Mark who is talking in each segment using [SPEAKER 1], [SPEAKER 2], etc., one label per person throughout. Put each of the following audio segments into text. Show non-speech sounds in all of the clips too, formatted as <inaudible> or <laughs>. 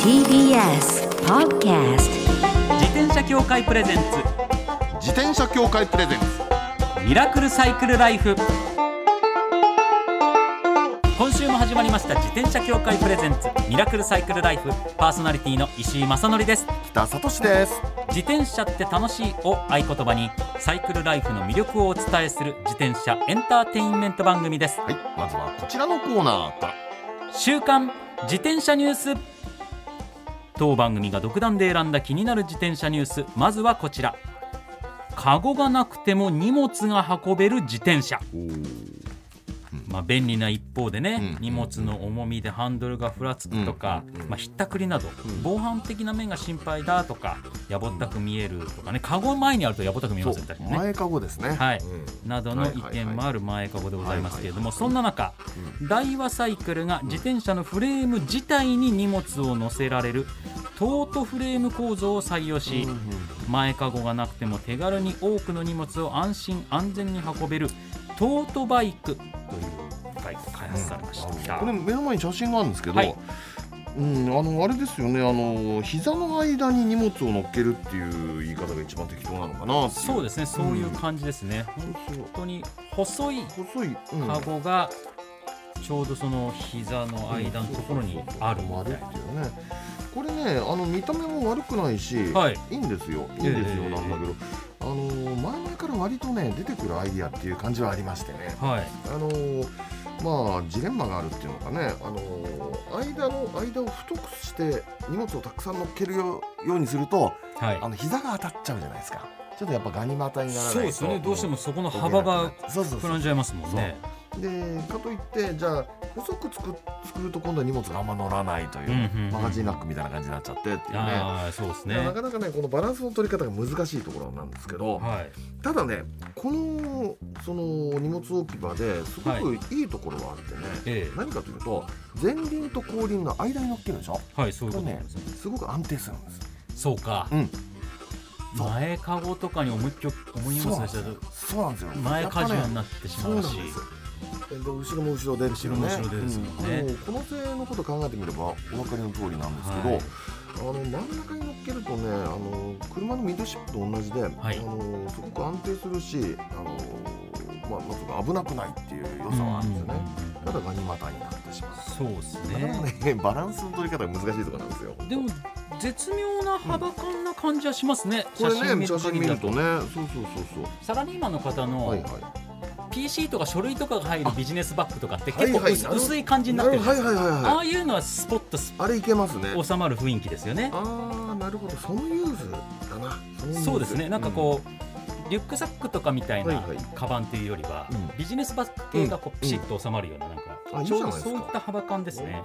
[SPEAKER 1] TBS Podcast
[SPEAKER 2] 自転車協会プレゼンツ
[SPEAKER 3] 自転車協会プレゼンツ
[SPEAKER 2] ミラクルサイクルライフ今週も始まりました自転車協会プレゼンツミラクルサイクルライフパーソナリティの石井正則です
[SPEAKER 3] 北里志です
[SPEAKER 2] 自転車って楽しいを合言葉にサイクルライフの魅力をお伝えする自転車エンターテインメント番組です
[SPEAKER 3] はいまずはこちらのコーナーから
[SPEAKER 2] 週刊自転車ニュース当番組が独断で選んだ気になる自転車ニュースまずはこちらカゴがなくても荷物が運べる自転車まあ、便利な一方でね、
[SPEAKER 3] うん
[SPEAKER 2] 荷物の重みでハンドルがふらつくとか、まあ、ひったくりなど、防犯的な面が心配だとかやぼったく見えるとかねカゴ前にあるとやぼったく見えますよね確かにね
[SPEAKER 3] 前かごですね
[SPEAKER 2] はい
[SPEAKER 3] うん
[SPEAKER 2] などの意見もある前かごでございますけれどもそんな中ダイワサイクルが自転車のフレーム自体に荷物を載せられるトートフレーム構造を採用し前かごがなくても手軽に多くの荷物を安心安全に運べるトートバイクというバイクが開発されました
[SPEAKER 3] こ。れ目の前に写真があるんですけど、
[SPEAKER 2] はい
[SPEAKER 3] うん、あのあれですよねあの膝の間に荷物を乗っけるっていう言い方が一番適当なのかな
[SPEAKER 2] そうですすね、そういう感じですね。本当に細い
[SPEAKER 3] 細い、うん、
[SPEAKER 2] カゴがちょうどその膝の間のところにあるみ
[SPEAKER 3] 丸
[SPEAKER 2] た
[SPEAKER 3] っ
[SPEAKER 2] い
[SPEAKER 3] てい
[SPEAKER 2] な。
[SPEAKER 3] うねこれねあの見た目も悪くないし、
[SPEAKER 2] はい、
[SPEAKER 3] いいんですよいいんですよ、
[SPEAKER 2] ええ
[SPEAKER 3] なんだけどあの前々から割とね出てくるアイディアっていう感じはありましてね
[SPEAKER 2] はい。
[SPEAKER 3] あのーまあジレンマがあるっていうのかね、あのー間の間を太くして荷物をたくさん乗っけるよようにすると
[SPEAKER 2] はい
[SPEAKER 3] あ。の膝が当たっちゃうじゃないですかちょっとやっぱガニ股にならないと
[SPEAKER 2] そうですよね。どうしてもそこの幅が
[SPEAKER 3] そうそう
[SPEAKER 2] 膨
[SPEAKER 3] そ
[SPEAKER 2] らん
[SPEAKER 3] う
[SPEAKER 2] じゃいますもんね。
[SPEAKER 3] でかといってじゃあ細く作作ると今度は荷物があんま乗らないとい
[SPEAKER 2] う
[SPEAKER 3] う,、
[SPEAKER 2] んうんうん
[SPEAKER 3] マガジンラックみたいな感じになっちゃってっていうね
[SPEAKER 2] ああ、そうです
[SPEAKER 3] いや
[SPEAKER 2] ね
[SPEAKER 3] な。かなかねこのバランスの取り方が難しいところなんですけど、
[SPEAKER 2] はい。
[SPEAKER 3] ただねこのその荷物置き場ですごくいいところはあってね、
[SPEAKER 2] え
[SPEAKER 3] 何かというと前輪と後輪の間に乗っけるでしょ
[SPEAKER 2] え。はい、そういうことなんですね。
[SPEAKER 3] すごく安定するんです
[SPEAKER 2] そうか
[SPEAKER 3] うん。そう
[SPEAKER 2] 前かごとかに思いっきり思い
[SPEAKER 3] そ
[SPEAKER 2] 物
[SPEAKER 3] うなん
[SPEAKER 2] がし
[SPEAKER 3] です
[SPEAKER 2] た
[SPEAKER 3] よ
[SPEAKER 2] ら
[SPEAKER 3] そうなんですよ
[SPEAKER 2] 前かじ
[SPEAKER 3] やっぱ
[SPEAKER 2] わ
[SPEAKER 3] ね
[SPEAKER 2] になってし
[SPEAKER 3] そ
[SPEAKER 2] ま
[SPEAKER 3] うな
[SPEAKER 2] うん
[SPEAKER 3] で
[SPEAKER 2] し。
[SPEAKER 3] すで後ろも後ろでっていう
[SPEAKER 2] 後
[SPEAKER 3] ね
[SPEAKER 2] ろも後ろでですもんね
[SPEAKER 3] うんこのこの手のこと考えてみればお分かりの通りなんですけど、
[SPEAKER 2] はい
[SPEAKER 3] あの真ん中に乗っけるとねあの車のミッドシップと同じで、
[SPEAKER 2] い
[SPEAKER 3] あのすごく安定するしあの、まあ、なんとか危なくないっていう良さはあるんですよね、
[SPEAKER 2] うんうんうん
[SPEAKER 3] ただガニ股になってしまう
[SPEAKER 2] そうです
[SPEAKER 3] なかなか
[SPEAKER 2] ね。
[SPEAKER 3] ねバランスの取り方が難しいところなんですよ
[SPEAKER 2] でも絶妙な幅感な感じはしますね。
[SPEAKER 3] これね
[SPEAKER 2] 写
[SPEAKER 3] 写真
[SPEAKER 2] 真
[SPEAKER 3] 見
[SPEAKER 2] 見
[SPEAKER 3] る
[SPEAKER 2] る
[SPEAKER 3] と
[SPEAKER 2] と。
[SPEAKER 3] ねそうそうそう
[SPEAKER 2] サラリーマンの方
[SPEAKER 3] そうはい
[SPEAKER 2] の
[SPEAKER 3] はい
[SPEAKER 2] PC とか書類とかが入るビジネスバッグとかって
[SPEAKER 3] はい
[SPEAKER 2] 結構
[SPEAKER 3] はい
[SPEAKER 2] 薄
[SPEAKER 3] なるほど
[SPEAKER 2] 薄い感じになってるじゃないですか。
[SPEAKER 3] はいはいはい
[SPEAKER 2] あ
[SPEAKER 3] は
[SPEAKER 2] あ
[SPEAKER 3] い
[SPEAKER 2] いうのはスポッとす
[SPEAKER 3] あれいけますね
[SPEAKER 2] 収まる雰囲気ですよね。
[SPEAKER 3] ああなるほどそのユーズだなのユーズ
[SPEAKER 2] そうですね。なんかこう、リュックサックとかみたいな
[SPEAKER 3] はいはい
[SPEAKER 2] カバンっていうよりは、
[SPEAKER 3] うん
[SPEAKER 2] ビジネスバッグ系がこうピシッと収まるようななんか、
[SPEAKER 3] あいい
[SPEAKER 2] ち
[SPEAKER 3] じゃ
[SPEAKER 2] ょう
[SPEAKER 3] ない
[SPEAKER 2] ど
[SPEAKER 3] ですか
[SPEAKER 2] そういった幅感ですね。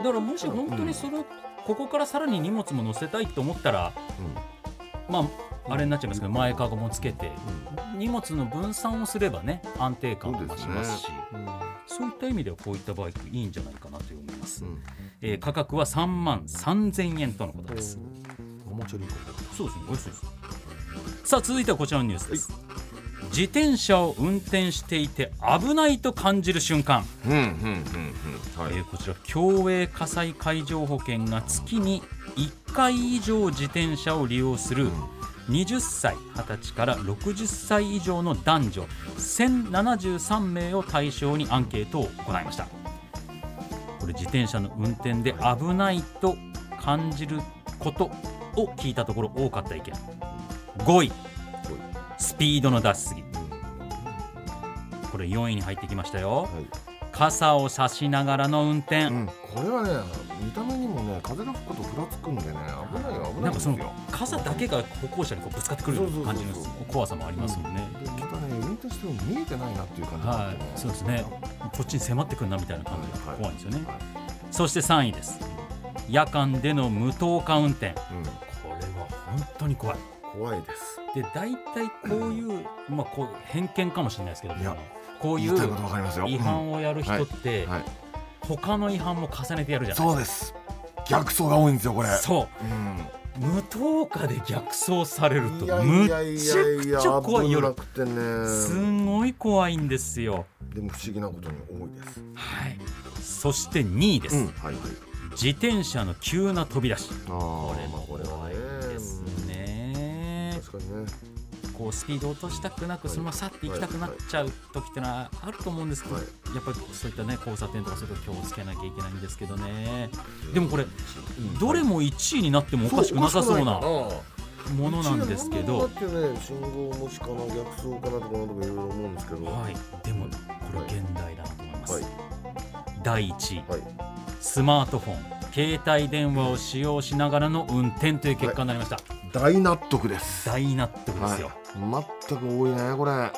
[SPEAKER 3] う
[SPEAKER 2] だからもし本当にその、ここからさらに荷物も載せたいと思ったら、
[SPEAKER 3] ん
[SPEAKER 2] まああれになっちゃいますけど、前かごもつけて荷物の分散をすればね安定感も増しますし
[SPEAKER 3] そ
[SPEAKER 2] そうう,、
[SPEAKER 3] ですね
[SPEAKER 2] いった意味ではこういったバイクいいんじゃないかなと思います、
[SPEAKER 3] うん
[SPEAKER 2] えー価格は3万3000円とのことです、
[SPEAKER 3] おもちゃり
[SPEAKER 2] そうですね美味しいですさあ続いてはこちらのニュースです、自転車を運転していて危ないと感じる瞬間、
[SPEAKER 3] うんうんうんうんは
[SPEAKER 2] え
[SPEAKER 3] い
[SPEAKER 2] ーこちら競泳火災海上保険が月に1回以上自転車を利用する20歳20歳から60歳以上の男女1073名を対象にアンケートを行いましたこれ自転車の運転で危ないと感じることを聞いたところ多かった意見5位スピードの出し過ぎこれ4位に入ってきましたよ
[SPEAKER 3] はい
[SPEAKER 2] 傘を差しながらの運転、
[SPEAKER 3] うんこれはね見た目にもね風が吹くとふらつくんでね危ないよ危な
[SPEAKER 2] ない
[SPEAKER 3] ん
[SPEAKER 2] ん
[SPEAKER 3] で
[SPEAKER 2] か
[SPEAKER 3] す
[SPEAKER 2] そ
[SPEAKER 3] よ
[SPEAKER 2] の傘だけが歩行者にこうぶつかってくるような感じの
[SPEAKER 3] そうそうそうそう
[SPEAKER 2] 怖さもありますもんね。
[SPEAKER 3] でまたね運転しても見えてないなっていう感じにな
[SPEAKER 2] は
[SPEAKER 3] ってね
[SPEAKER 2] い、そうですね。こっちに迫ってくるなみたいな感じが怖いんですよね。
[SPEAKER 3] はい
[SPEAKER 2] そして3位です。夜間での無灯火運転。こ
[SPEAKER 3] うん
[SPEAKER 2] れは本当に怖い。
[SPEAKER 3] 怖いです
[SPEAKER 2] で、大体こういう、まあ、こう偏見かもしれないですけど
[SPEAKER 3] いや、
[SPEAKER 2] こうい
[SPEAKER 3] 言
[SPEAKER 2] う
[SPEAKER 3] いたいことわかりますよ
[SPEAKER 2] 違反をやる人っ
[SPEAKER 3] う
[SPEAKER 2] て
[SPEAKER 3] ん、はい
[SPEAKER 2] 他の違反も重ねてやるじゃない
[SPEAKER 3] そうです逆走が多いんですよこれ
[SPEAKER 2] ですか。そう。
[SPEAKER 3] うん
[SPEAKER 2] 無灯火で逆走されると、
[SPEAKER 3] いや
[SPEAKER 2] む
[SPEAKER 3] い
[SPEAKER 2] っ
[SPEAKER 3] やい
[SPEAKER 2] ちゃ
[SPEAKER 3] やい
[SPEAKER 2] くち
[SPEAKER 3] や
[SPEAKER 2] ゃ怖い
[SPEAKER 3] 危
[SPEAKER 2] 夜
[SPEAKER 3] な。くてね
[SPEAKER 2] すんごい怖いんですよ。
[SPEAKER 3] でも不思議なことに多いです
[SPEAKER 2] はい、そして2位です、
[SPEAKER 3] うんはいはい
[SPEAKER 2] 自転車の急な飛び出し
[SPEAKER 3] あー
[SPEAKER 2] これも怖いですね
[SPEAKER 3] 確かにね
[SPEAKER 2] こうスピード落としたくなく
[SPEAKER 3] はい
[SPEAKER 2] そのままさって行きたくなっちゃう時ってのはあると思うんですけど、
[SPEAKER 3] はい
[SPEAKER 2] やっぱりそういったね交差点とかそういうと気をつけなきゃいけないんですけどねでもこれどれも1位になってもおかしくなさそうな
[SPEAKER 3] そうおかしくいか
[SPEAKER 2] ものなんですけ
[SPEAKER 3] 一応
[SPEAKER 2] ど、
[SPEAKER 3] なんだってね信号無視かな逆走かなとかなんとかいろいろ思うんですけど
[SPEAKER 2] はい、でもこれ現代だなと思います、
[SPEAKER 3] はい
[SPEAKER 2] 第1位
[SPEAKER 3] はい
[SPEAKER 2] スマートフォン携帯電話を使用しながらの運転という結果になりました、
[SPEAKER 3] 大納得です
[SPEAKER 2] 大納得ですよ、
[SPEAKER 3] はい、全く多いねこれ
[SPEAKER 2] これは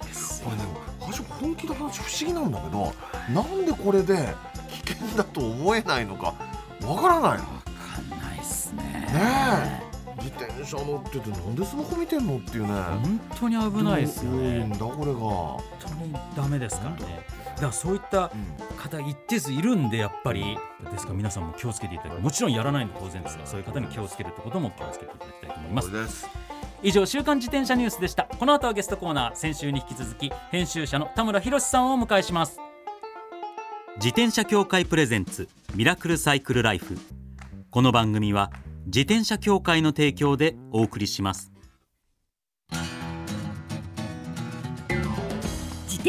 [SPEAKER 2] 多いですよ
[SPEAKER 3] これね私本気の話不思議なんだけどなんでこれで危険だと思えないのかわか
[SPEAKER 2] わか
[SPEAKER 3] らないの
[SPEAKER 2] んないっすね
[SPEAKER 3] ねえ自転車乗っててなんでスマホ見てんのっていうね
[SPEAKER 2] 本当に危ないですよ
[SPEAKER 3] 多いん
[SPEAKER 2] ね
[SPEAKER 3] だこれが
[SPEAKER 2] 本当にダメですからねだからそういった方一定数いるんでやっぱりですから皆さんも気をつけていただいてもちろんやらないの当然ですがそういう方に気をつけるってことも気をつけていただきたいと思います
[SPEAKER 3] これです
[SPEAKER 2] 以上週刊自転車ニュースでしたこの後はゲストコーナー先週に引き続き編集者の田村博さんをお迎えします自転車協会プレゼンツミラクルサイクルライフこの番組は自転車協会の提供でお送りします
[SPEAKER 1] 自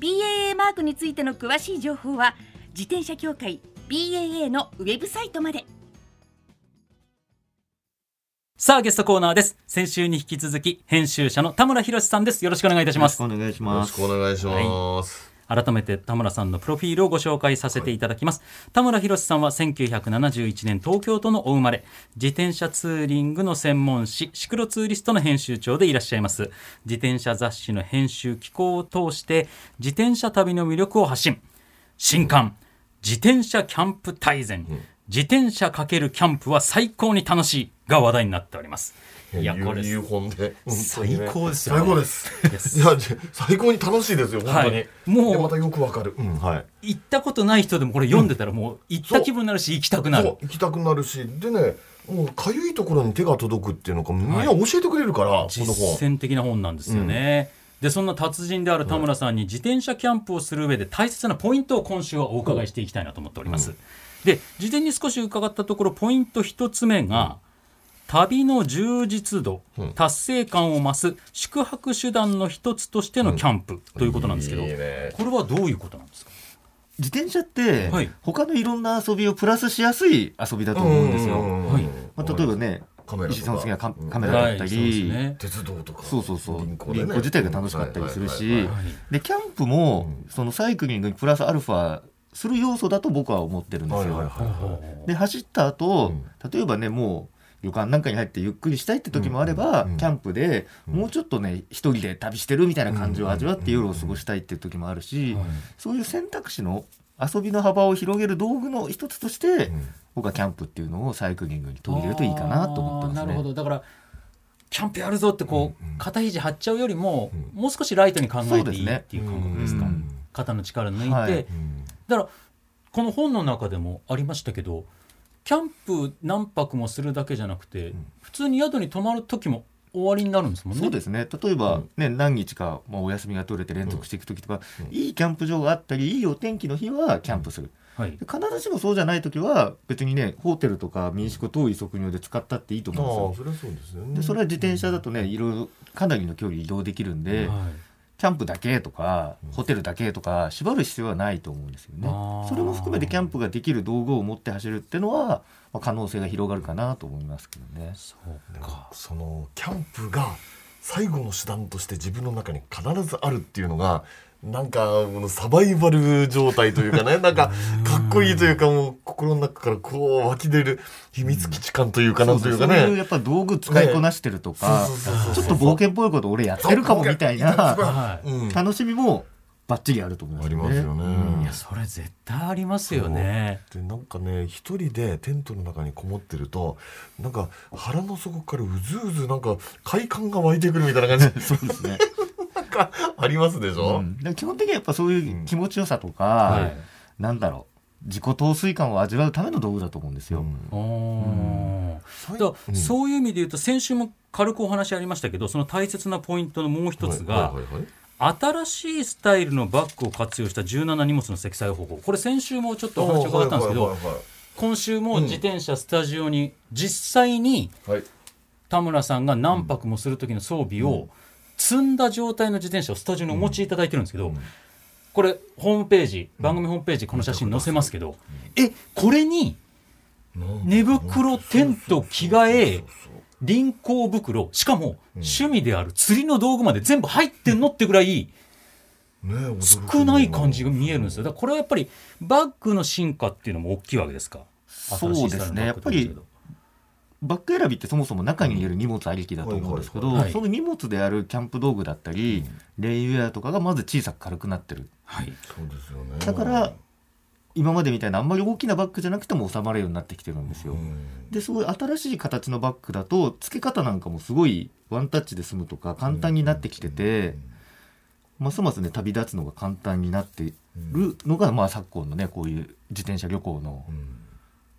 [SPEAKER 1] BAA マークについての詳しい情報は自転車協会 BAA のウェブサイトまで
[SPEAKER 2] さあゲストコーナーです先週に引き続き編集者の田村博さんですよろしくお願いいたします
[SPEAKER 4] よろしくお願いし
[SPEAKER 3] よろ
[SPEAKER 4] ま
[SPEAKER 3] し
[SPEAKER 4] す
[SPEAKER 3] くお。願いします、
[SPEAKER 2] 改めて田村さんのプロフィールをご紹介させていただきます、田村博さんは1971年東京都のお生まれ自転車ツーリングの専門誌シクロツーリストの編集長でいらっしゃいます自転車雑誌の編集機構を通して自転車旅の魅力を発信新刊自転車キャンプ大全、自転車×キャンプは最高に楽しいが話題になっておりますいやこれ
[SPEAKER 3] 有本で
[SPEAKER 2] 最高ですよね
[SPEAKER 3] 最高です
[SPEAKER 2] です
[SPEAKER 3] いやじゃ最高に楽しいですよ本当に、
[SPEAKER 2] はいもう
[SPEAKER 3] でまたよくわかる、うん、
[SPEAKER 4] はい。
[SPEAKER 2] 行ったことない人でもこれ読んでたらもう行った気分になるし行きたくな
[SPEAKER 3] そう
[SPEAKER 2] る
[SPEAKER 3] 行きたくなるしでねもうかゆいところに手が届くっていうのかみんな教えてくれるから、この本
[SPEAKER 2] 実践的な本なんですよね、でそんな達人である田村さんに自転車キャンプをする上で大切なポイントを今週はお伺いしていきたいなと思っております、で事前に少し伺ったところポイント1つ目が、旅の充実度、達成感を増す宿泊手段の一つとしてのキャンプということなんですけど、
[SPEAKER 3] いいね
[SPEAKER 2] これはどういうことなんですか
[SPEAKER 4] 自転車って、
[SPEAKER 2] はい
[SPEAKER 4] 他のいろんな遊びをプラスしやすい遊びだと思うんですよ。
[SPEAKER 2] はい
[SPEAKER 4] まあ、例えばね
[SPEAKER 3] カメラとか、
[SPEAKER 4] 石井さんの好きなカ
[SPEAKER 3] うん
[SPEAKER 4] カメラだった
[SPEAKER 2] はい、
[SPEAKER 4] り、
[SPEAKER 2] そうですね、
[SPEAKER 3] 鉄道とか
[SPEAKER 4] そうそうそう、
[SPEAKER 3] 輪
[SPEAKER 4] リン
[SPEAKER 3] 行
[SPEAKER 4] ク
[SPEAKER 3] でね
[SPEAKER 4] 自体が楽しかったりする
[SPEAKER 3] はいはい
[SPEAKER 4] し
[SPEAKER 3] はいはい、
[SPEAKER 4] で、キャンプも、そのサイクリングにプラスアルファする要素だと僕は思ってるんですよ。
[SPEAKER 3] はいはいはいはい
[SPEAKER 4] で、走った後、例えばね、もう、旅館なんかに入ってゆっくりしたいって時もあれば、
[SPEAKER 3] うんうん
[SPEAKER 4] キャンプでもうちょっとね一人で旅してるみたいな感じを味わって夜を過ごしたいっていう時もあるし、
[SPEAKER 2] はい
[SPEAKER 4] そういう選択肢の遊びの幅を広げる道具の一つとして、僕はキャンプっていうのをサイクリングに取り入れるといいかなと思ってます
[SPEAKER 2] あー
[SPEAKER 4] ね。
[SPEAKER 2] なるほどだからキャンプやるぞってこう、肩肘張っちゃうよりも、もう少しライトに考え
[SPEAKER 4] そう
[SPEAKER 2] て
[SPEAKER 4] で
[SPEAKER 2] い
[SPEAKER 4] す
[SPEAKER 2] い
[SPEAKER 4] ね
[SPEAKER 2] っていう感覚ですか、
[SPEAKER 4] うん
[SPEAKER 2] 肩の力抜いて、
[SPEAKER 4] はい
[SPEAKER 2] だからこの本の中でもありましたけどキャンプ何泊もするだけじゃなくて、普通に宿に泊まる時も終わりになるんですもんね。
[SPEAKER 4] そうですね例えば、ね何日か、まあ、お休みが取れて連続していく時とか、いいキャンプ場があったりいいお天気の日はキャンプする、
[SPEAKER 2] はい
[SPEAKER 4] で、必ずしもそうじゃない時は別にねホテルとか民宿等位即入で使ったっていいと
[SPEAKER 3] ああ
[SPEAKER 4] 思う
[SPEAKER 3] そ
[SPEAKER 4] んですよ
[SPEAKER 3] れはそうですよね
[SPEAKER 4] でそれは自転車だとねいろいろかなりの距離移動できるんで、
[SPEAKER 2] は
[SPEAKER 4] キキャンプだけとかホテルだけとか縛る必要はないと思うんですよね
[SPEAKER 2] あー
[SPEAKER 4] それも含めてキャンプができる道具を持って走るってのは、まあ、可能性が広がるかなと思いますけどね
[SPEAKER 2] そう
[SPEAKER 3] でも
[SPEAKER 2] か
[SPEAKER 3] そのキャンプが最後の手段として自分の中に必ずあるっていうのがなんかこのサバイバル状態というか <laughs> ねなんかかっこいいというかもう心の中からこう湧き出る秘密基地感というかなんと
[SPEAKER 4] そう
[SPEAKER 3] い
[SPEAKER 4] そうう
[SPEAKER 3] か
[SPEAKER 4] そういう
[SPEAKER 3] ね。
[SPEAKER 4] やっぱ道具使いこなしてるとか、
[SPEAKER 3] そうそうそう
[SPEAKER 4] ち
[SPEAKER 3] そ
[SPEAKER 4] ょ
[SPEAKER 3] う
[SPEAKER 4] っと冒険っぽいこと俺やってるかもみたいな
[SPEAKER 2] はい
[SPEAKER 3] うん
[SPEAKER 4] 楽しみもバッチリあると思います
[SPEAKER 3] ありますよね。
[SPEAKER 2] いやそれ絶対ありますよね
[SPEAKER 3] でなんかね一人でテントの中にこもってるとなんか腹の底からうずうずなんか快感が湧いてくるみた
[SPEAKER 2] <laughs>
[SPEAKER 3] いな感じ
[SPEAKER 4] そうですね、
[SPEAKER 3] なんかありますでしょ、
[SPEAKER 4] うん、でも基本的にはやっぱそういう気持ちよさとか、
[SPEAKER 2] はい
[SPEAKER 4] なんだろう自己陶酔感を味わうための道具だと思うんですよ、
[SPEAKER 3] うん
[SPEAKER 2] おー
[SPEAKER 3] そうい
[SPEAKER 2] だ
[SPEAKER 3] うん
[SPEAKER 2] そういう意味で言うと先週も軽くお話ありましたけどその大切なポイントのもう一つが
[SPEAKER 3] はいはいはいはい
[SPEAKER 2] 新しいスタイルのバッグを活用した柔軟な荷物の積載方法これ先週もちょっとお話伺ったんですけど
[SPEAKER 3] はいはいはいはい
[SPEAKER 2] 今週も自転車スタジオに実際に
[SPEAKER 3] はい、
[SPEAKER 2] 田村さんが何泊もする時の装備を積んだ状態の自転車をスタジオにお持ちいただいてるんですけど、これホームページ番組ホームページこの写真載せますけど、えこれに寝袋テント着替え輪行袋しかも趣味である釣りの道具まで全部入ってんのってぐらい
[SPEAKER 3] ねえ、驚く
[SPEAKER 2] 少ない感じが見えるんですよだからこれはやっぱりバッグの進化っていうのも大きいわけですか
[SPEAKER 4] そうです
[SPEAKER 2] 新し
[SPEAKER 4] ね
[SPEAKER 2] いスタイルのバッグ
[SPEAKER 4] やっぱりバッグ選びってそもそも中に入れる荷物ありきだと思うんですけど、
[SPEAKER 2] はいはいはいはい
[SPEAKER 4] その荷物であるキャンプ道具だったり、レインウェアとかがまず小さく軽くなってる
[SPEAKER 2] はい
[SPEAKER 3] そうですよね
[SPEAKER 4] だから今までみたいなあんまり大きなバッグじゃなくても収まるようになってきてるんですよ、
[SPEAKER 3] うん
[SPEAKER 4] でそういう新しい形のバッグだと付け方なんかもすごいワンタッチで済むとか簡単になってきてて、ますますね旅立つのが簡単になってるのが、まあ、昨今のねこういう自転車旅行の
[SPEAKER 3] うん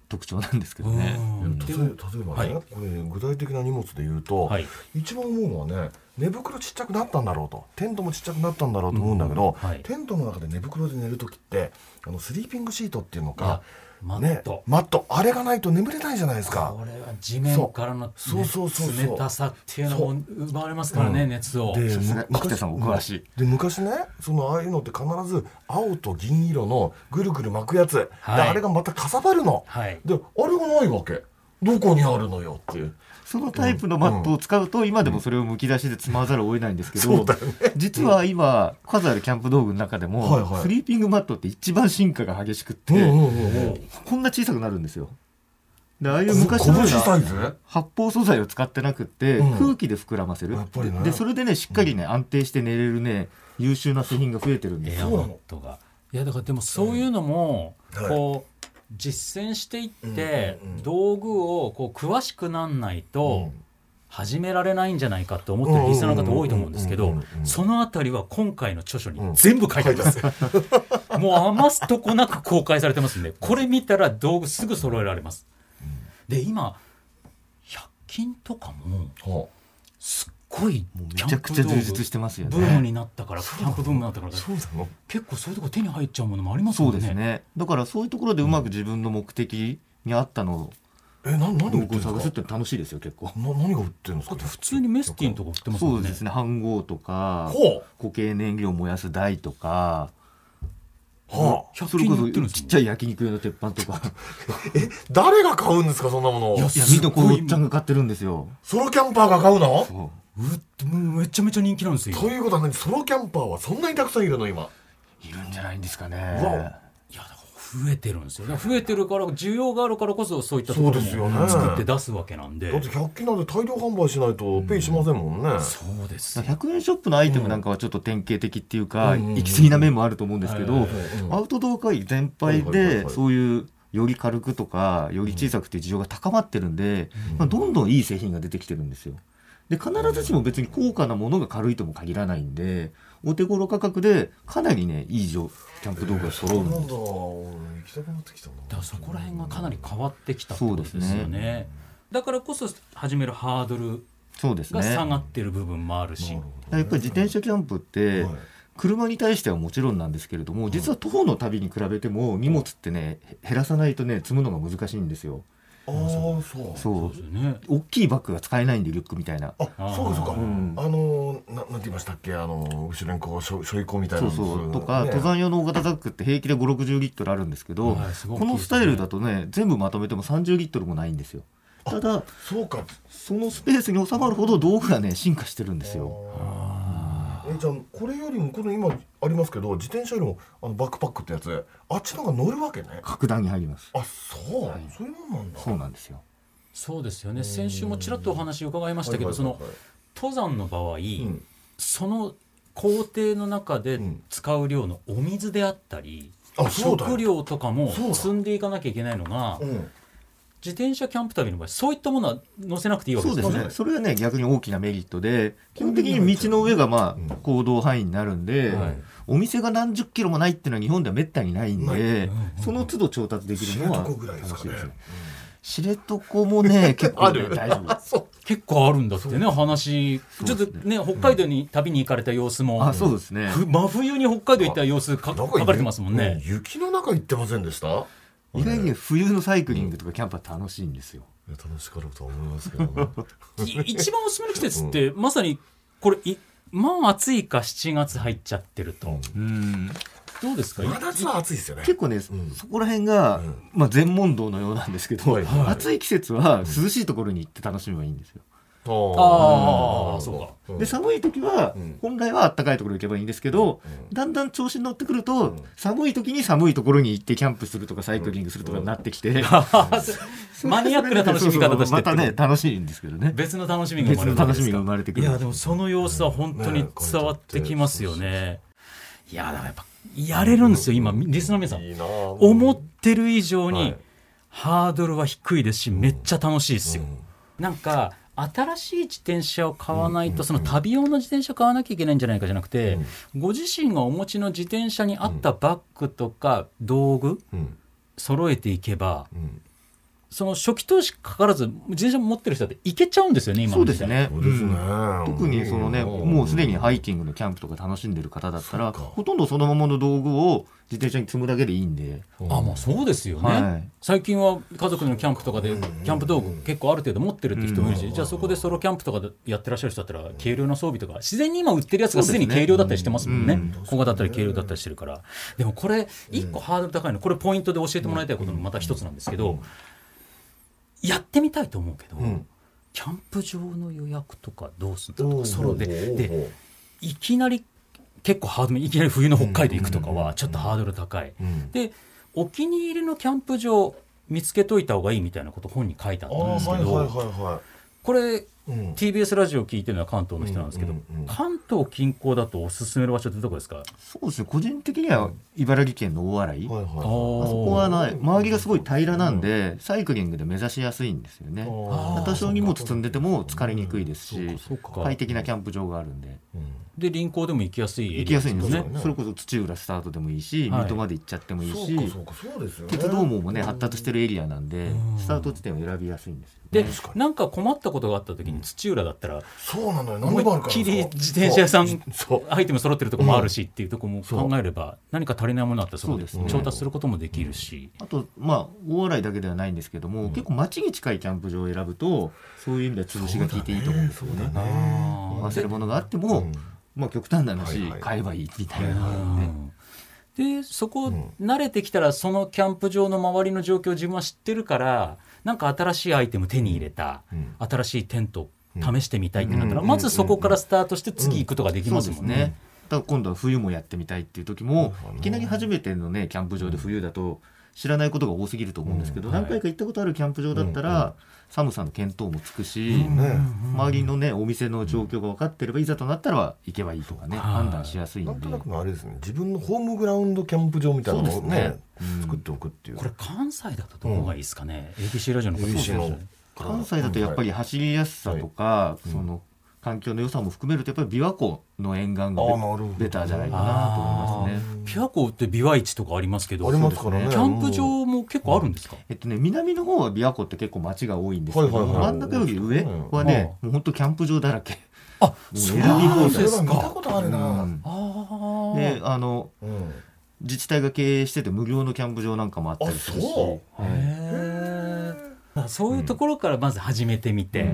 [SPEAKER 4] 特徴なんですけどね。
[SPEAKER 2] うん
[SPEAKER 3] 例え例えばね、
[SPEAKER 2] は
[SPEAKER 3] これ具体的な荷物で言うと、
[SPEAKER 2] はい
[SPEAKER 3] 一番思うのはね寝袋ちっちゃくなったんだろうとテントもちっちゃくなったんだろうと思うんだけど、
[SPEAKER 2] うんはい
[SPEAKER 3] テントの中で寝袋で寝る時ってあのスリーピングシートっていうのか
[SPEAKER 2] いやマット
[SPEAKER 3] ね、マットあれがないと眠れないじゃないですか
[SPEAKER 2] こ。れは地面からの、ね、
[SPEAKER 3] そうそうそうそう
[SPEAKER 2] 冷たさっていうのも奪われますからね、
[SPEAKER 3] うん
[SPEAKER 2] 熱を。
[SPEAKER 3] で
[SPEAKER 4] そうですね
[SPEAKER 3] 昔
[SPEAKER 4] 牧田さんお詳しい
[SPEAKER 3] うんで昔ねそのああいうのって必ず青と銀色のぐるぐる巻くやつ、
[SPEAKER 2] はい
[SPEAKER 3] であれがまたかさばるの、
[SPEAKER 2] はい
[SPEAKER 3] であれがないわけどこにあるのよっていう
[SPEAKER 4] そのタイプのマットを使うと、今でもそれをむき出しで積まざるを得ないんですけど、実は今数あるキャンプ道具の中でも、
[SPEAKER 3] はいはい
[SPEAKER 4] スリーピングマットって一番進化が激しくって、
[SPEAKER 3] うんうんうんうん
[SPEAKER 4] こんな小さくなるんですよ。でああいう
[SPEAKER 3] こ
[SPEAKER 4] 昔のよう
[SPEAKER 3] 拳サ
[SPEAKER 4] な
[SPEAKER 3] イズ
[SPEAKER 4] 発泡素材を使ってなくって、
[SPEAKER 3] うん
[SPEAKER 4] 空気で膨らませる
[SPEAKER 3] やっぱりね
[SPEAKER 4] でそれでねしっかりね、安定して寝れるね優秀な製品が増えてるんです
[SPEAKER 2] エ
[SPEAKER 4] よ
[SPEAKER 2] アマットが。いやだからでもそういうのも、
[SPEAKER 3] うんはい
[SPEAKER 2] こう実践していって、
[SPEAKER 3] うんうんうん
[SPEAKER 2] 道具をこう詳しくなんないと、
[SPEAKER 3] うん
[SPEAKER 2] 始められないんじゃないかと思ってるリスナーの方多いと思うんですけ
[SPEAKER 3] うんう
[SPEAKER 2] ど
[SPEAKER 3] んうんうん
[SPEAKER 2] そのあたりは今回の著書に
[SPEAKER 3] うん
[SPEAKER 2] 全部書いてあります、
[SPEAKER 4] <laughs>
[SPEAKER 2] もう余すとこなく公開されてますんでこれ見たら道具すぐ揃えられますで今100均とかも
[SPEAKER 3] は
[SPEAKER 2] すっごい
[SPEAKER 4] もう
[SPEAKER 2] キ
[SPEAKER 4] めち
[SPEAKER 2] ャ
[SPEAKER 4] ゃ
[SPEAKER 2] ン
[SPEAKER 4] く
[SPEAKER 2] プ
[SPEAKER 4] ちゃ
[SPEAKER 2] 道
[SPEAKER 4] 充実し
[SPEAKER 2] 具
[SPEAKER 4] てますよ
[SPEAKER 2] ブーム
[SPEAKER 4] ね
[SPEAKER 2] になったからキャンプブームになったから
[SPEAKER 3] あそうなの
[SPEAKER 2] 結構そういうとこ手に入っちゃうものもあります
[SPEAKER 4] そ
[SPEAKER 2] も
[SPEAKER 4] うん
[SPEAKER 2] ね
[SPEAKER 4] ですねだからそういうところでうまく自分の目的に合ったの
[SPEAKER 3] えな何
[SPEAKER 4] を
[SPEAKER 3] 売って
[SPEAKER 4] 道具
[SPEAKER 3] る
[SPEAKER 4] を
[SPEAKER 3] ん
[SPEAKER 4] 探す
[SPEAKER 3] で
[SPEAKER 4] っ
[SPEAKER 3] す
[SPEAKER 4] て
[SPEAKER 3] か
[SPEAKER 4] 楽しいですよ結構
[SPEAKER 3] な何が売ってるんです
[SPEAKER 2] だ
[SPEAKER 3] か
[SPEAKER 2] って普通にメスティンとか売ってます
[SPEAKER 4] そ
[SPEAKER 2] もん
[SPEAKER 4] う
[SPEAKER 2] ね
[SPEAKER 4] ですね飯盒とか
[SPEAKER 3] ほう
[SPEAKER 4] 固形燃料を燃やす台とか
[SPEAKER 3] はあ
[SPEAKER 4] そ
[SPEAKER 2] 100
[SPEAKER 4] れ
[SPEAKER 2] 均に
[SPEAKER 4] こ
[SPEAKER 2] 売っ
[SPEAKER 4] そ
[SPEAKER 2] てるんです
[SPEAKER 4] ちっちゃい焼肉用の鉄板と
[SPEAKER 2] <laughs>
[SPEAKER 4] か
[SPEAKER 3] え誰が買うんですかそんなもの
[SPEAKER 4] いやみんなこういうおっちゃんが買ってるんですよ
[SPEAKER 3] ソロキャンパーが買うの
[SPEAKER 4] そ
[SPEAKER 2] もんね
[SPEAKER 4] う
[SPEAKER 2] うめちゃめちゃ人気なんですよ
[SPEAKER 3] ということは何ソロキャンパーはそんなにたくさんいるの今
[SPEAKER 4] いるんじゃないんですか
[SPEAKER 3] う
[SPEAKER 4] ね
[SPEAKER 3] わ
[SPEAKER 2] いやだから増えてるんですよだから増えてるから需要があるからこそそういったところ
[SPEAKER 3] そうですよね
[SPEAKER 2] も作って出すわけなんで
[SPEAKER 3] だって100均なんて大量販売しないとペイしませんもんね、
[SPEAKER 2] そうですよ
[SPEAKER 4] 100円ショップのアイテムなんかはちょっと典型的っていうか、
[SPEAKER 3] うんうんうん
[SPEAKER 4] 行き過ぎな面もあると思うんですけど、
[SPEAKER 2] はいは
[SPEAKER 4] アウトドア会全
[SPEAKER 3] は
[SPEAKER 4] 般
[SPEAKER 3] いはいはいは
[SPEAKER 4] で
[SPEAKER 3] い
[SPEAKER 4] そういうより軽くとかより小さくっていう需要が高まってるんで、まあ、どんどんいい製品が出てきてるんですよ。で必ずしも別に高価なものが軽いとも限らないんでお手頃価格でかなりねいい上キャンプ道具が揃うん
[SPEAKER 3] なん
[SPEAKER 4] で
[SPEAKER 3] だ俺行きたくなってきたな
[SPEAKER 2] だからそこら辺がかなり変わってきたってことですよね
[SPEAKER 4] そうですね
[SPEAKER 2] だからこそ始めるハードル
[SPEAKER 4] そうですね
[SPEAKER 2] が下がってる部分もあるし、
[SPEAKER 3] なる
[SPEAKER 4] やっぱり自転車キャンプって、
[SPEAKER 3] はい
[SPEAKER 4] 車に対してはもちろんなんですけれども実は徒歩の旅に比べても荷物ってねへ減らさないとね積むのが難しいんですよ。
[SPEAKER 3] ああそう
[SPEAKER 4] そ
[SPEAKER 2] そう
[SPEAKER 4] う
[SPEAKER 2] ですね
[SPEAKER 4] 大きいバッグが使えないんでリュックみたいな
[SPEAKER 3] あそうかそうか、
[SPEAKER 4] うん
[SPEAKER 3] あのーななんて言いましたっけあのー後ろにこうしょしょいこみたいな
[SPEAKER 4] そう
[SPEAKER 3] の
[SPEAKER 4] そうとか、
[SPEAKER 3] ね
[SPEAKER 4] 登山用の大型ザックって平気で5 6 0リットルあるんですけど、
[SPEAKER 2] はいすごい大
[SPEAKER 4] こ
[SPEAKER 2] きい
[SPEAKER 4] の
[SPEAKER 2] ですね
[SPEAKER 4] スタイルだとね全部まとめても30リットルもないんですよただ
[SPEAKER 3] そうか
[SPEAKER 4] そのスペースに収まるほど道具がね進化してるんですよ
[SPEAKER 3] えじゃあこれよりもこの今ありますけど自転車よりもあのバックパックってやつあっちの方が乗るわけね
[SPEAKER 4] 格段に入ります
[SPEAKER 3] あそう、そういうもんなんだ
[SPEAKER 4] そうなんですよ
[SPEAKER 2] そうですよね先週もちらっとお話伺いましたけど、
[SPEAKER 3] はい
[SPEAKER 2] そ
[SPEAKER 3] はいは
[SPEAKER 2] の
[SPEAKER 3] いはい
[SPEAKER 2] 登山の場合、
[SPEAKER 3] うん
[SPEAKER 2] その工程の中で使う量のお水であったり、
[SPEAKER 3] あそうだよ
[SPEAKER 2] 食料とかも
[SPEAKER 3] そうだ
[SPEAKER 2] 積んでいかなきゃいけないのが、
[SPEAKER 3] うん
[SPEAKER 2] 自転車キャンプ旅の場合そういったものは載せなくていいわけ
[SPEAKER 4] そ
[SPEAKER 2] で
[SPEAKER 4] う
[SPEAKER 2] すよ
[SPEAKER 4] です
[SPEAKER 2] ね。
[SPEAKER 4] ねそれはね逆に大きなメリットで基本的に道の上がま
[SPEAKER 3] うん
[SPEAKER 4] あ行動範囲になるんで、
[SPEAKER 2] はい
[SPEAKER 4] お店が何十キロもないっていうのは日本ではめったにないん
[SPEAKER 3] ない
[SPEAKER 4] で、
[SPEAKER 2] うん
[SPEAKER 4] その都度調達でき
[SPEAKER 3] 知
[SPEAKER 4] るのは
[SPEAKER 3] 床
[SPEAKER 4] 楽
[SPEAKER 3] ぐらいですか
[SPEAKER 4] しい
[SPEAKER 3] ね
[SPEAKER 4] ですね知床も
[SPEAKER 3] <laughs>
[SPEAKER 4] ね結構、ね、
[SPEAKER 3] ある
[SPEAKER 4] 大丈夫です
[SPEAKER 2] 結構あるんだってね話ちょ
[SPEAKER 4] う
[SPEAKER 2] っ
[SPEAKER 4] で
[SPEAKER 2] と
[SPEAKER 4] すね
[SPEAKER 2] ね北海道に旅に行かれた様子も、
[SPEAKER 4] あそうですね
[SPEAKER 2] ふ真冬に北海道行った様子か書
[SPEAKER 3] なんか
[SPEAKER 2] かれてますもんね。
[SPEAKER 3] う雪の中行ってませんでした
[SPEAKER 4] 意外にね冬のサイクリングとかキャンプは楽しいんですよ。
[SPEAKER 3] いや楽しかろうとは思います
[SPEAKER 2] <laughs>
[SPEAKER 3] けどね
[SPEAKER 2] い一番おすすめの季節って、まさにこれいまあ暑いか7月入っちゃってると、どうですか、
[SPEAKER 3] 真夏は暑いですよね
[SPEAKER 4] 結構ね、
[SPEAKER 3] ん
[SPEAKER 4] そこら辺が、
[SPEAKER 3] うん
[SPEAKER 4] まあ、全問答のようなんですけど、
[SPEAKER 3] はいはい
[SPEAKER 4] 暑い季節は涼しいところに行って楽しめばいいんですよ。
[SPEAKER 2] あ
[SPEAKER 3] あ
[SPEAKER 2] ーそうか
[SPEAKER 3] うん
[SPEAKER 4] で寒い時は
[SPEAKER 3] うん
[SPEAKER 4] 本来は暖かいところに行けばいいんですけど、
[SPEAKER 3] うん
[SPEAKER 4] だんだん調子に乗ってくる
[SPEAKER 3] う
[SPEAKER 4] と
[SPEAKER 3] ん
[SPEAKER 4] 寒い時に寒いところに行ってキャンプするとかサイクリングするとかになってきて、
[SPEAKER 2] <laughs> マニアックな楽しみ方として
[SPEAKER 4] またね楽しいんですけどね
[SPEAKER 2] 別の楽しみが生ま
[SPEAKER 4] 別
[SPEAKER 2] れるわ
[SPEAKER 4] の
[SPEAKER 2] け
[SPEAKER 4] 楽
[SPEAKER 2] で
[SPEAKER 4] し
[SPEAKER 2] す
[SPEAKER 4] み
[SPEAKER 2] か
[SPEAKER 4] が生まれてく
[SPEAKER 2] い
[SPEAKER 4] る
[SPEAKER 2] やでもその様子は本当に
[SPEAKER 3] ねえ
[SPEAKER 2] 伝わってきますよね。いやだからやっぱやれるんですよ今リスナーの皆さん
[SPEAKER 3] いいなあ
[SPEAKER 2] 思ってる以上
[SPEAKER 3] は
[SPEAKER 2] に
[SPEAKER 3] い
[SPEAKER 2] ハードルは低いですしめっちゃ楽しいですよ。なんか新しい自転車を買わないとその旅用の自転車買わなきゃいけないんじゃないかじゃなくてご自身がお持ちの自転車に合ったバッグとか道具
[SPEAKER 3] うん
[SPEAKER 2] 揃えていけば
[SPEAKER 3] うん
[SPEAKER 2] その初期投資かからず自転車持ってる人だっていけちゃうんですよね今
[SPEAKER 4] そ
[SPEAKER 2] の
[SPEAKER 4] うで
[SPEAKER 2] 時代
[SPEAKER 4] すね
[SPEAKER 3] そうですね
[SPEAKER 4] うん特にそのね、
[SPEAKER 3] うん
[SPEAKER 4] もうすでにハイキングのキャンプとか楽しんでる方だったら、
[SPEAKER 3] そうか
[SPEAKER 4] ほとんどそのままの道具を自転車に積むだけでいいんで、
[SPEAKER 2] あもうそうですよね、
[SPEAKER 4] はい
[SPEAKER 2] 最近は家族のキャンプとかでキャンプ道具結構ある程度持ってるって人もいるし、
[SPEAKER 3] うん
[SPEAKER 2] じゃあそこでソロキャンプとかでやってらっしゃる人だったら軽量な装備とか自然に今売ってるやつがすでに軽量だったりしてますもんね、
[SPEAKER 4] そうです
[SPEAKER 2] 小型だったり軽量だったりしてるからでもこれ一個ハードル高いのこれポイントで教えてもらいたいことのまた一つなんですけど、やってみたいと思うけど、
[SPEAKER 3] ん
[SPEAKER 2] キャンプ場の予約とかどうする
[SPEAKER 3] うん
[SPEAKER 2] のとかソロで
[SPEAKER 3] うん
[SPEAKER 2] でいきなり結構ハードルいきなり冬の北海道行くとかはちょっとハードル高い、
[SPEAKER 3] うん
[SPEAKER 2] でお気に入りのキャンプ場見つけといた方がいいみたいなこと本に書いてあっ
[SPEAKER 3] あ
[SPEAKER 2] たんですけ
[SPEAKER 3] ーはい
[SPEAKER 2] ど、
[SPEAKER 3] はいはいはい
[SPEAKER 2] これ
[SPEAKER 3] うん
[SPEAKER 2] TBS ラジオ聞いてるのは関東の人なんですけど、
[SPEAKER 3] うんうんうん
[SPEAKER 2] 関東近郊だとおすすめの場所ってどこですか、
[SPEAKER 4] そうですね、個人的には茨城県の大洗、
[SPEAKER 3] はいはい
[SPEAKER 2] あ
[SPEAKER 3] はい
[SPEAKER 4] あそこはな周りがすごい平らなんで、サイクリングで目指しやすいんですよね。
[SPEAKER 2] あー
[SPEAKER 4] 多少荷物積んでても疲れにくいです
[SPEAKER 3] そう
[SPEAKER 4] し
[SPEAKER 3] かそうか、
[SPEAKER 4] 快適なキャンプ場があるんで、
[SPEAKER 2] で臨港でも行きやすいエ
[SPEAKER 4] 行き
[SPEAKER 2] リア
[SPEAKER 4] やすいんですね
[SPEAKER 3] そうですね。
[SPEAKER 4] それこそ土浦スタートでもいいし、
[SPEAKER 2] はい
[SPEAKER 4] 水戸まで行っちゃってもいい
[SPEAKER 3] そうか
[SPEAKER 4] し
[SPEAKER 3] そ、うかそうですよね
[SPEAKER 4] 鉄道網もね、発達してるエリアなんで、スタート地点を選びやすいんですよ。
[SPEAKER 2] で
[SPEAKER 3] 確かに
[SPEAKER 2] なんか困ったことがあった時に土浦だったら
[SPEAKER 3] そうなのよ何
[SPEAKER 2] 思
[SPEAKER 3] でもあ
[SPEAKER 2] い
[SPEAKER 3] る
[SPEAKER 2] っ
[SPEAKER 3] から
[SPEAKER 2] きり自転車屋さん
[SPEAKER 3] そう
[SPEAKER 2] アイテム揃ってるとこもあるしっていうとこも
[SPEAKER 3] そう
[SPEAKER 2] 考えれば何か足りないものあったらそこで
[SPEAKER 4] そうですね
[SPEAKER 2] 調達することもできるし、
[SPEAKER 4] あと、まあ、大洗だけではないんですけども、結構街に近いキャンプ場を選ぶと、そういう意味では潰しが効いていいと思うんですよね。
[SPEAKER 2] あー
[SPEAKER 4] 忘れるものがあっても、
[SPEAKER 3] うん
[SPEAKER 4] まあ、極端な話、
[SPEAKER 3] はいはい
[SPEAKER 4] 買えばいいみたいなのがあるんで。
[SPEAKER 2] でそこ慣れてきたらそのキャンプ場の周りの状況を自分は知ってるからなんか新しいアイテム手に入れた、
[SPEAKER 3] うん
[SPEAKER 2] 新しいテント試してみたいってなったら、まずそこからスタートして次行くとかでき
[SPEAKER 4] そ
[SPEAKER 2] ま
[SPEAKER 4] う
[SPEAKER 2] す
[SPEAKER 4] で
[SPEAKER 2] も
[SPEAKER 4] す
[SPEAKER 2] んね
[SPEAKER 4] ね。。だから今度は冬もやってみたいっていう時も
[SPEAKER 3] そうだ、ね
[SPEAKER 4] いきなり初めてのね、キャンプ場で冬だと、知らないことが多すぎると思うんですけど、
[SPEAKER 2] うん
[SPEAKER 4] 何回か行ったことあるキャンプ場だったら、寒さの見当もつくし、
[SPEAKER 3] ね
[SPEAKER 4] 周りのね、お店の状況が分かってれば、いざとなったら行けばいいとかね、
[SPEAKER 2] はい
[SPEAKER 4] 判断しやすい
[SPEAKER 3] なんん
[SPEAKER 4] で
[SPEAKER 3] とな。くのあれですね自分のホームグラウンドキャンプ場みたいなのを
[SPEAKER 4] そうです
[SPEAKER 3] ね
[SPEAKER 4] ねうん
[SPEAKER 3] 作っておくっていう
[SPEAKER 2] これ関西だとどこがいいですかね、ABC ラジオの方
[SPEAKER 3] 有志の
[SPEAKER 4] 関西だとやっぱり走りやすさとか、その環境の良さも含めるとやっぱり琵琶湖の沿岸がベ
[SPEAKER 3] あーなるほど
[SPEAKER 4] ベターじゃないかなと思いますね。
[SPEAKER 2] ピアコって琵琶市とかありますけど
[SPEAKER 3] ありますからね
[SPEAKER 2] キャンプ場も結構あるんですか、
[SPEAKER 4] えっとね、南の方は琵琶湖って結構街が多いんですけど、
[SPEAKER 3] はいはいはい
[SPEAKER 4] 真ん中より上は
[SPEAKER 2] うん
[SPEAKER 4] ね、もう本当キャンプ場だらけ。
[SPEAKER 2] あ
[SPEAKER 4] もう
[SPEAKER 2] そ
[SPEAKER 4] 選
[SPEAKER 2] う
[SPEAKER 4] び
[SPEAKER 2] な
[SPEAKER 4] 放
[SPEAKER 2] ん
[SPEAKER 4] 題
[SPEAKER 2] です
[SPEAKER 3] 見た
[SPEAKER 2] か
[SPEAKER 3] ことあるな、
[SPEAKER 4] うん
[SPEAKER 2] ああ、
[SPEAKER 4] で、あの
[SPEAKER 3] うん
[SPEAKER 4] 自治体が経営してて無料のキャンプ場なんかもあったりするし
[SPEAKER 3] あ、そう
[SPEAKER 4] はい
[SPEAKER 2] へーあそういうところからまず始めてみて、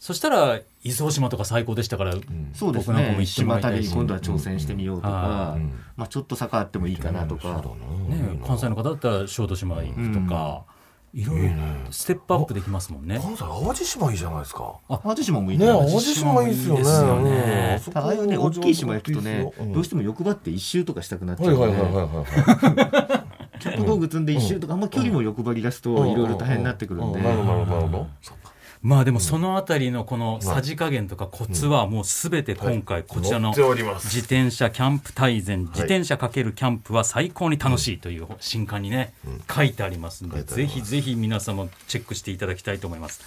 [SPEAKER 2] そしたら伊豆大島とか最高でしたから、
[SPEAKER 4] そうです
[SPEAKER 2] 僕なんかも
[SPEAKER 4] ね
[SPEAKER 2] 行ってもら
[SPEAKER 4] 島
[SPEAKER 2] いた
[SPEAKER 4] 旅
[SPEAKER 2] いし
[SPEAKER 4] に今度は挑戦してみようとか、
[SPEAKER 3] うんうん
[SPEAKER 4] まあ、ちょっと坂あってもいいかなとか、
[SPEAKER 2] ね、関西の方だったら小豆島行くとか、いろいろステップアップできますもんね。
[SPEAKER 3] 関西淡路島いいじゃないですか
[SPEAKER 4] 淡路島もいい
[SPEAKER 3] ね
[SPEAKER 4] と思
[SPEAKER 3] 淡
[SPEAKER 4] います
[SPEAKER 3] 路島いいですよ
[SPEAKER 2] 淡路
[SPEAKER 3] ね
[SPEAKER 2] 島いいですよね
[SPEAKER 3] うんそこ
[SPEAKER 4] ただああいうね大きい島行くとね、どうしても欲張って一周とかしたくなっち
[SPEAKER 3] は
[SPEAKER 4] ゃう
[SPEAKER 3] い
[SPEAKER 4] の
[SPEAKER 3] は
[SPEAKER 4] で、
[SPEAKER 3] いはいはいはい
[SPEAKER 4] キャップ道具積んで一周とか、あんま距離も欲張り出すといろいろ大変になってくるんで、
[SPEAKER 3] うなるほどなるほどなるほどそっか
[SPEAKER 2] まあでもそのあたりのこのさじ加減とかコツはもうすべて今回こちら
[SPEAKER 3] 乗
[SPEAKER 2] の
[SPEAKER 3] っており
[SPEAKER 2] 自
[SPEAKER 3] ます
[SPEAKER 2] 転車キャンプ大全自転車かけるキャンプは最高に楽しいという新刊にね書いてありますので
[SPEAKER 3] 書いてあ
[SPEAKER 2] ぜ
[SPEAKER 3] ります
[SPEAKER 2] ひぜひ皆様チェックしていただきたいと思います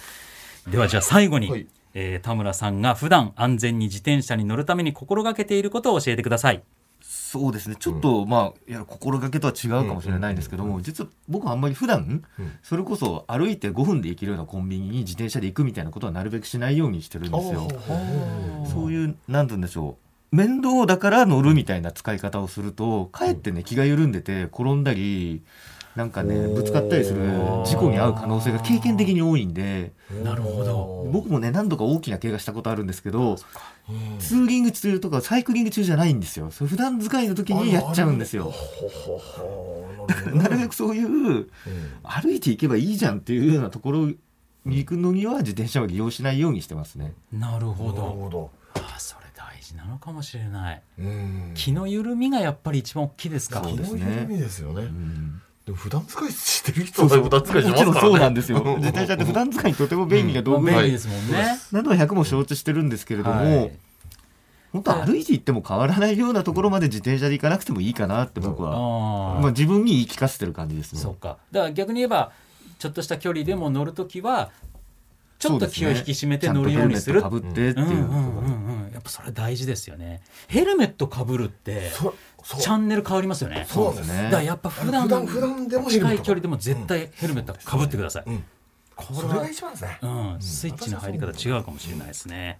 [SPEAKER 2] ではじゃあ最後
[SPEAKER 3] は
[SPEAKER 2] に
[SPEAKER 3] い
[SPEAKER 2] えー田村さんが普段安全に自転車に乗るために心がけていることを教えてください
[SPEAKER 4] そうですねちょっと、まあいや心がけとは違うかもしれないんですけども、実は僕はあんまり普段、それこそ歩いて5分で行けるようなコンビニに自転車で行くみたいなことはなるべくしないようにしてるんですよ。そういうなんて言うんでしょう面倒だから乗るみたいな使い方をするとかえってね気が緩んでて転んだりなんかねぶつかったりする事故に遭う可能性が経験的に多いんで
[SPEAKER 2] なるほど
[SPEAKER 4] 僕もね何度か大きな怪我したことあるんですけどツーリング中とかサイクリング中じゃないんですよそれ普段使いの時にやっちゃうんですよ。なるべくそういう歩いていけばいいじゃんっていうようなところに行くのには自転車は利用しないようにしてますね。
[SPEAKER 2] なるほ
[SPEAKER 3] なる
[SPEAKER 2] ど
[SPEAKER 3] ほど
[SPEAKER 2] あーそれ大事なのかもしれない
[SPEAKER 3] うん
[SPEAKER 2] 気の緩みがやっぱり一番大きいですか
[SPEAKER 4] そうですね
[SPEAKER 3] そういう意味ですよね、
[SPEAKER 4] うん
[SPEAKER 3] でも普段使いしてる人は普段使いしますからね
[SPEAKER 4] もちろんそうなんですよ。自転車って普段使いにとても便利な道具
[SPEAKER 2] まあ
[SPEAKER 4] な
[SPEAKER 2] 便利ですもんね、
[SPEAKER 4] のは100も承知してるんですけれども、
[SPEAKER 2] はい
[SPEAKER 4] 本当は歩いて行っても変わらないようなところまで自転車で行かなくてもいいかなって僕は、
[SPEAKER 2] あー
[SPEAKER 4] まあ、自分に言い聞かせてる感じですね。
[SPEAKER 2] そうかだから逆に言えばちょっとした距離でも乗るときはちょっと気を引き締めて乗るようにする
[SPEAKER 4] ちゃんとヘルメットかぶ
[SPEAKER 2] うんう
[SPEAKER 4] ってってい
[SPEAKER 2] ん
[SPEAKER 4] う。
[SPEAKER 2] うんうんやっぱそれ大事ですよねヘルメットかぶるって
[SPEAKER 3] そうそう
[SPEAKER 2] チャンネル変わりますよね
[SPEAKER 3] そうですね
[SPEAKER 2] だからやっぱ普段
[SPEAKER 3] 普段普段でもヘル
[SPEAKER 2] 近
[SPEAKER 3] メット
[SPEAKER 2] い距離でも絶対ヘルメットかぶってください、
[SPEAKER 3] うん
[SPEAKER 2] こ
[SPEAKER 3] そ
[SPEAKER 2] れ
[SPEAKER 3] れ
[SPEAKER 2] は
[SPEAKER 3] が一番ですね、
[SPEAKER 2] うん、スイッチの入り方違うかもしれないですね。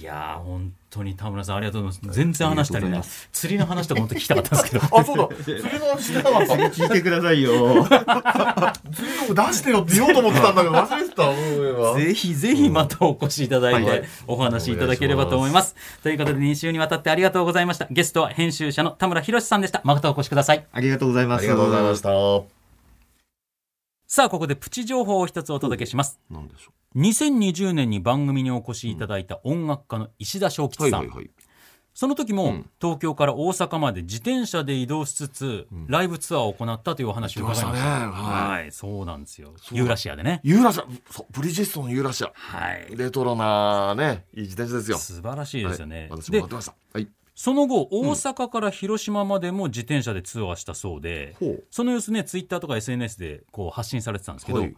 [SPEAKER 2] いやー本当に田村さんありがとうございます。全然話したり
[SPEAKER 4] ありがとうござい
[SPEAKER 2] ね
[SPEAKER 4] ま、
[SPEAKER 2] 釣りの話とか本当に聞きたかったんですけど。
[SPEAKER 3] あそうだ釣りの話してなか <laughs> った
[SPEAKER 4] 聞いてくださ
[SPEAKER 2] <laughs>
[SPEAKER 4] いよ。
[SPEAKER 3] 釣りの出してよって言おうと思ってたんだけど忘れてた思えば
[SPEAKER 2] ぜひぜひまたお越しいただい
[SPEAKER 4] は
[SPEAKER 2] て
[SPEAKER 4] い
[SPEAKER 2] お話しいただければと思います。ということで2週にわたってありがとうございました。ゲストは編集者の田村博さんでした。またお越しください。
[SPEAKER 4] ありがとうござい
[SPEAKER 3] <laughs>
[SPEAKER 4] ま
[SPEAKER 3] あ
[SPEAKER 4] す。
[SPEAKER 3] りがとうございました
[SPEAKER 2] さあここでプチ情報を一つお届けします。
[SPEAKER 3] なんでしょ
[SPEAKER 2] 2020年に番組にお越しいただいた音楽家の石田正吉さん。
[SPEAKER 3] い
[SPEAKER 2] その時も、東京から大阪まで自転車で移動しつつ、ライブツアーを行ったというお話を伺いました。
[SPEAKER 3] 言ってましたね
[SPEAKER 2] は、
[SPEAKER 3] はい
[SPEAKER 2] そうなんですよ。ユーラシアでね。
[SPEAKER 3] ユーラシアそうブリジストンのユーラシア
[SPEAKER 2] はい。
[SPEAKER 3] レトロなねいい自転車ですよ
[SPEAKER 2] 素晴らしいですよね。
[SPEAKER 3] はい、私も
[SPEAKER 2] で
[SPEAKER 3] 乗って、ましたはい
[SPEAKER 2] その後、大阪から広島までも自転車でツアーしたそうで、
[SPEAKER 3] ほう
[SPEAKER 2] その様子ね、ツイッターとか SNS でこう発信されてたんですけど、
[SPEAKER 3] はい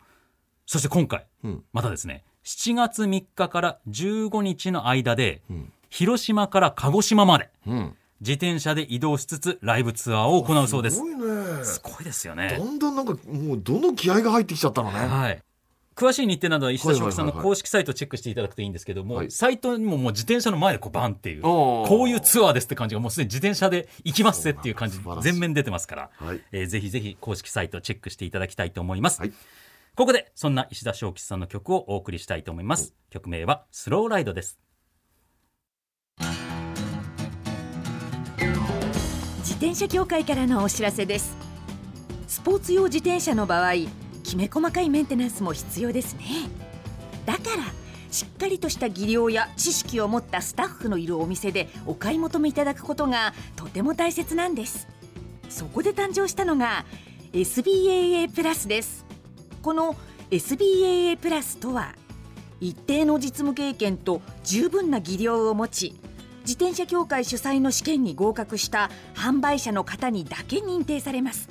[SPEAKER 2] そして今回、
[SPEAKER 3] うん
[SPEAKER 2] またですね、7月3日から15日の間で、
[SPEAKER 3] ん
[SPEAKER 2] 広島から鹿児島まで、
[SPEAKER 3] うん
[SPEAKER 2] 自転車で移動しつつライブツアーを行うそうです
[SPEAKER 3] す。ごいね
[SPEAKER 2] すごいですよ
[SPEAKER 3] だ
[SPEAKER 2] ね。
[SPEAKER 3] んだんなんかもうどの気合が入ってきちゃったのね
[SPEAKER 2] はい。詳しい日程などは石田正樹さんの
[SPEAKER 3] はいはいはいはい
[SPEAKER 2] 公式サイトをチェックしていただくといいんですけども、
[SPEAKER 3] はい
[SPEAKER 2] サイトにももう自転車の前でこうバンっていう、
[SPEAKER 3] おー
[SPEAKER 2] こういうツアーですって感じがもうすでに自転車で行きますってっていう感じ
[SPEAKER 3] そうなん、だ素晴らしい
[SPEAKER 2] 全面出てますから、
[SPEAKER 3] はい
[SPEAKER 2] えーぜひぜひ公式サイトをチェックしていただきたいと思います。
[SPEAKER 3] はい
[SPEAKER 2] ここでそんな石田正樹さんの曲をお送りしたいと思います。曲名はスローライドです。
[SPEAKER 1] 自転車協会からのお知らせですスポーツ用自転車の場合きめ細かいメンテナンスも必要ですねだからしっかりとした技量や知識を持ったスタッフのいるお店でお買い求めいただくことがとても大切なんですそこで誕生したのが SBAA プラスですこの SBAA プラスとは一定の実務経験と十分な技量を持ち自転車協会主催の試験に合格した販売者の方にだけ認定されます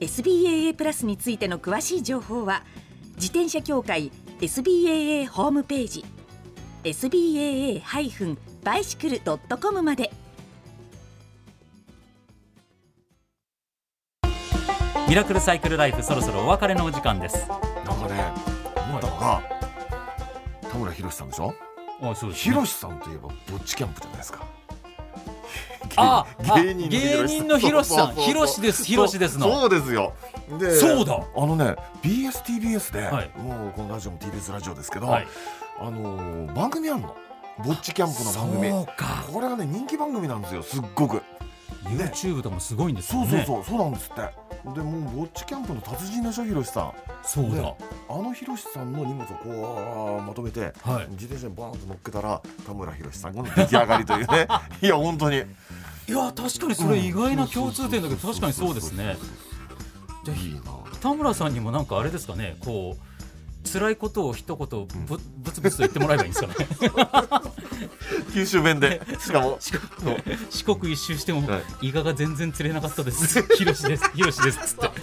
[SPEAKER 1] SBAA プラスについての詳しい情報は自転車協会 SBAA ホームページ sbaa-bicycle.com まで
[SPEAKER 2] ミラクルサイクルライフそろそろお別れのお時間です
[SPEAKER 3] なんかね思ったのが田村宏さんでしょ
[SPEAKER 2] あそうですね、
[SPEAKER 3] 宏さんといえばぼっちキャンプじゃないですか
[SPEAKER 2] <laughs> ああ
[SPEAKER 3] 芸人の
[SPEAKER 2] 芸人の広瀬さん
[SPEAKER 3] そうそうそう
[SPEAKER 2] 広瀬です広瀬ですの
[SPEAKER 3] そうそうですよで
[SPEAKER 2] そうだ
[SPEAKER 3] あのね BSTBS で、
[SPEAKER 2] はい
[SPEAKER 3] もうこのラジオも TBS ラジオですけど、
[SPEAKER 2] はい
[SPEAKER 3] あのー番組あんのぼっちキャンプの番組
[SPEAKER 2] そうか
[SPEAKER 3] これがね人気番組なんですよすっごくね
[SPEAKER 2] YouTube とかもすごいんですよ
[SPEAKER 3] そう
[SPEAKER 2] ね
[SPEAKER 3] そうそう、そうなんですってでもうぼっちキャンプの達人でしょ広瀬さん
[SPEAKER 2] そうだ、
[SPEAKER 3] ねあの広瀬さんの荷物をこうまとめて、
[SPEAKER 2] はい
[SPEAKER 3] 自転車にバーンと乗っけたら田村宏さんの出来上がりという
[SPEAKER 2] <laughs>
[SPEAKER 3] ねいや本当に
[SPEAKER 2] いや確かにそれ意外な共通点だけど確かにそうですねじゃあ
[SPEAKER 3] いいな
[SPEAKER 2] 田村さんにもなんかあれですかねこう辛いことを一言ぶぶつぶつと言ってもらえばいいんですか
[SPEAKER 3] <laughs>
[SPEAKER 2] ね
[SPEAKER 3] 九州弁でし
[SPEAKER 2] <laughs>
[SPEAKER 3] かも
[SPEAKER 2] 四国四国一周しても
[SPEAKER 3] は
[SPEAKER 2] イガが全然釣れなかったです「ひろしですひろしです」っつ
[SPEAKER 3] <laughs>
[SPEAKER 2] って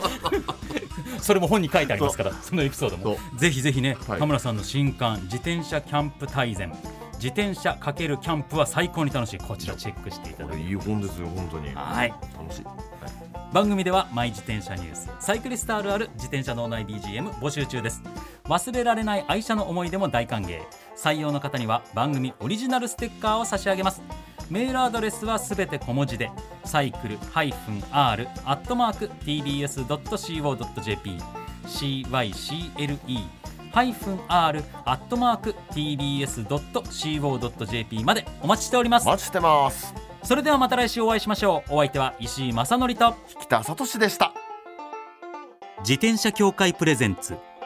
[SPEAKER 2] それも本に書いてありますからそのエピソードも
[SPEAKER 3] そ
[SPEAKER 2] ぜひぜひね、
[SPEAKER 3] はい
[SPEAKER 2] 田村さんの新刊「自転車キャンプ大全」自転車×キャンプは最高に楽しいこちらチェックしていた
[SPEAKER 3] こ
[SPEAKER 2] だ
[SPEAKER 3] れ
[SPEAKER 2] き
[SPEAKER 3] いい本ですよ本当に
[SPEAKER 2] はい
[SPEAKER 3] 楽しい、はい
[SPEAKER 2] 番組ではマイ自転車ニュースサイクリストあるある自転車脳内 BGM 募集中です忘れられない愛車の思い出も大歓迎採用の方には番組オリジナルステッカーを差し上げますメールアドレスはすべて小文字でサイクル -r-tbs.co.jp cycle -r-tbs.co.jp までお待ちしております
[SPEAKER 3] 待ちしてます
[SPEAKER 2] それではまた来週お会いしましょうお相手は石井正則と
[SPEAKER 3] 北里志でした
[SPEAKER 2] 自転車協会プレゼンツ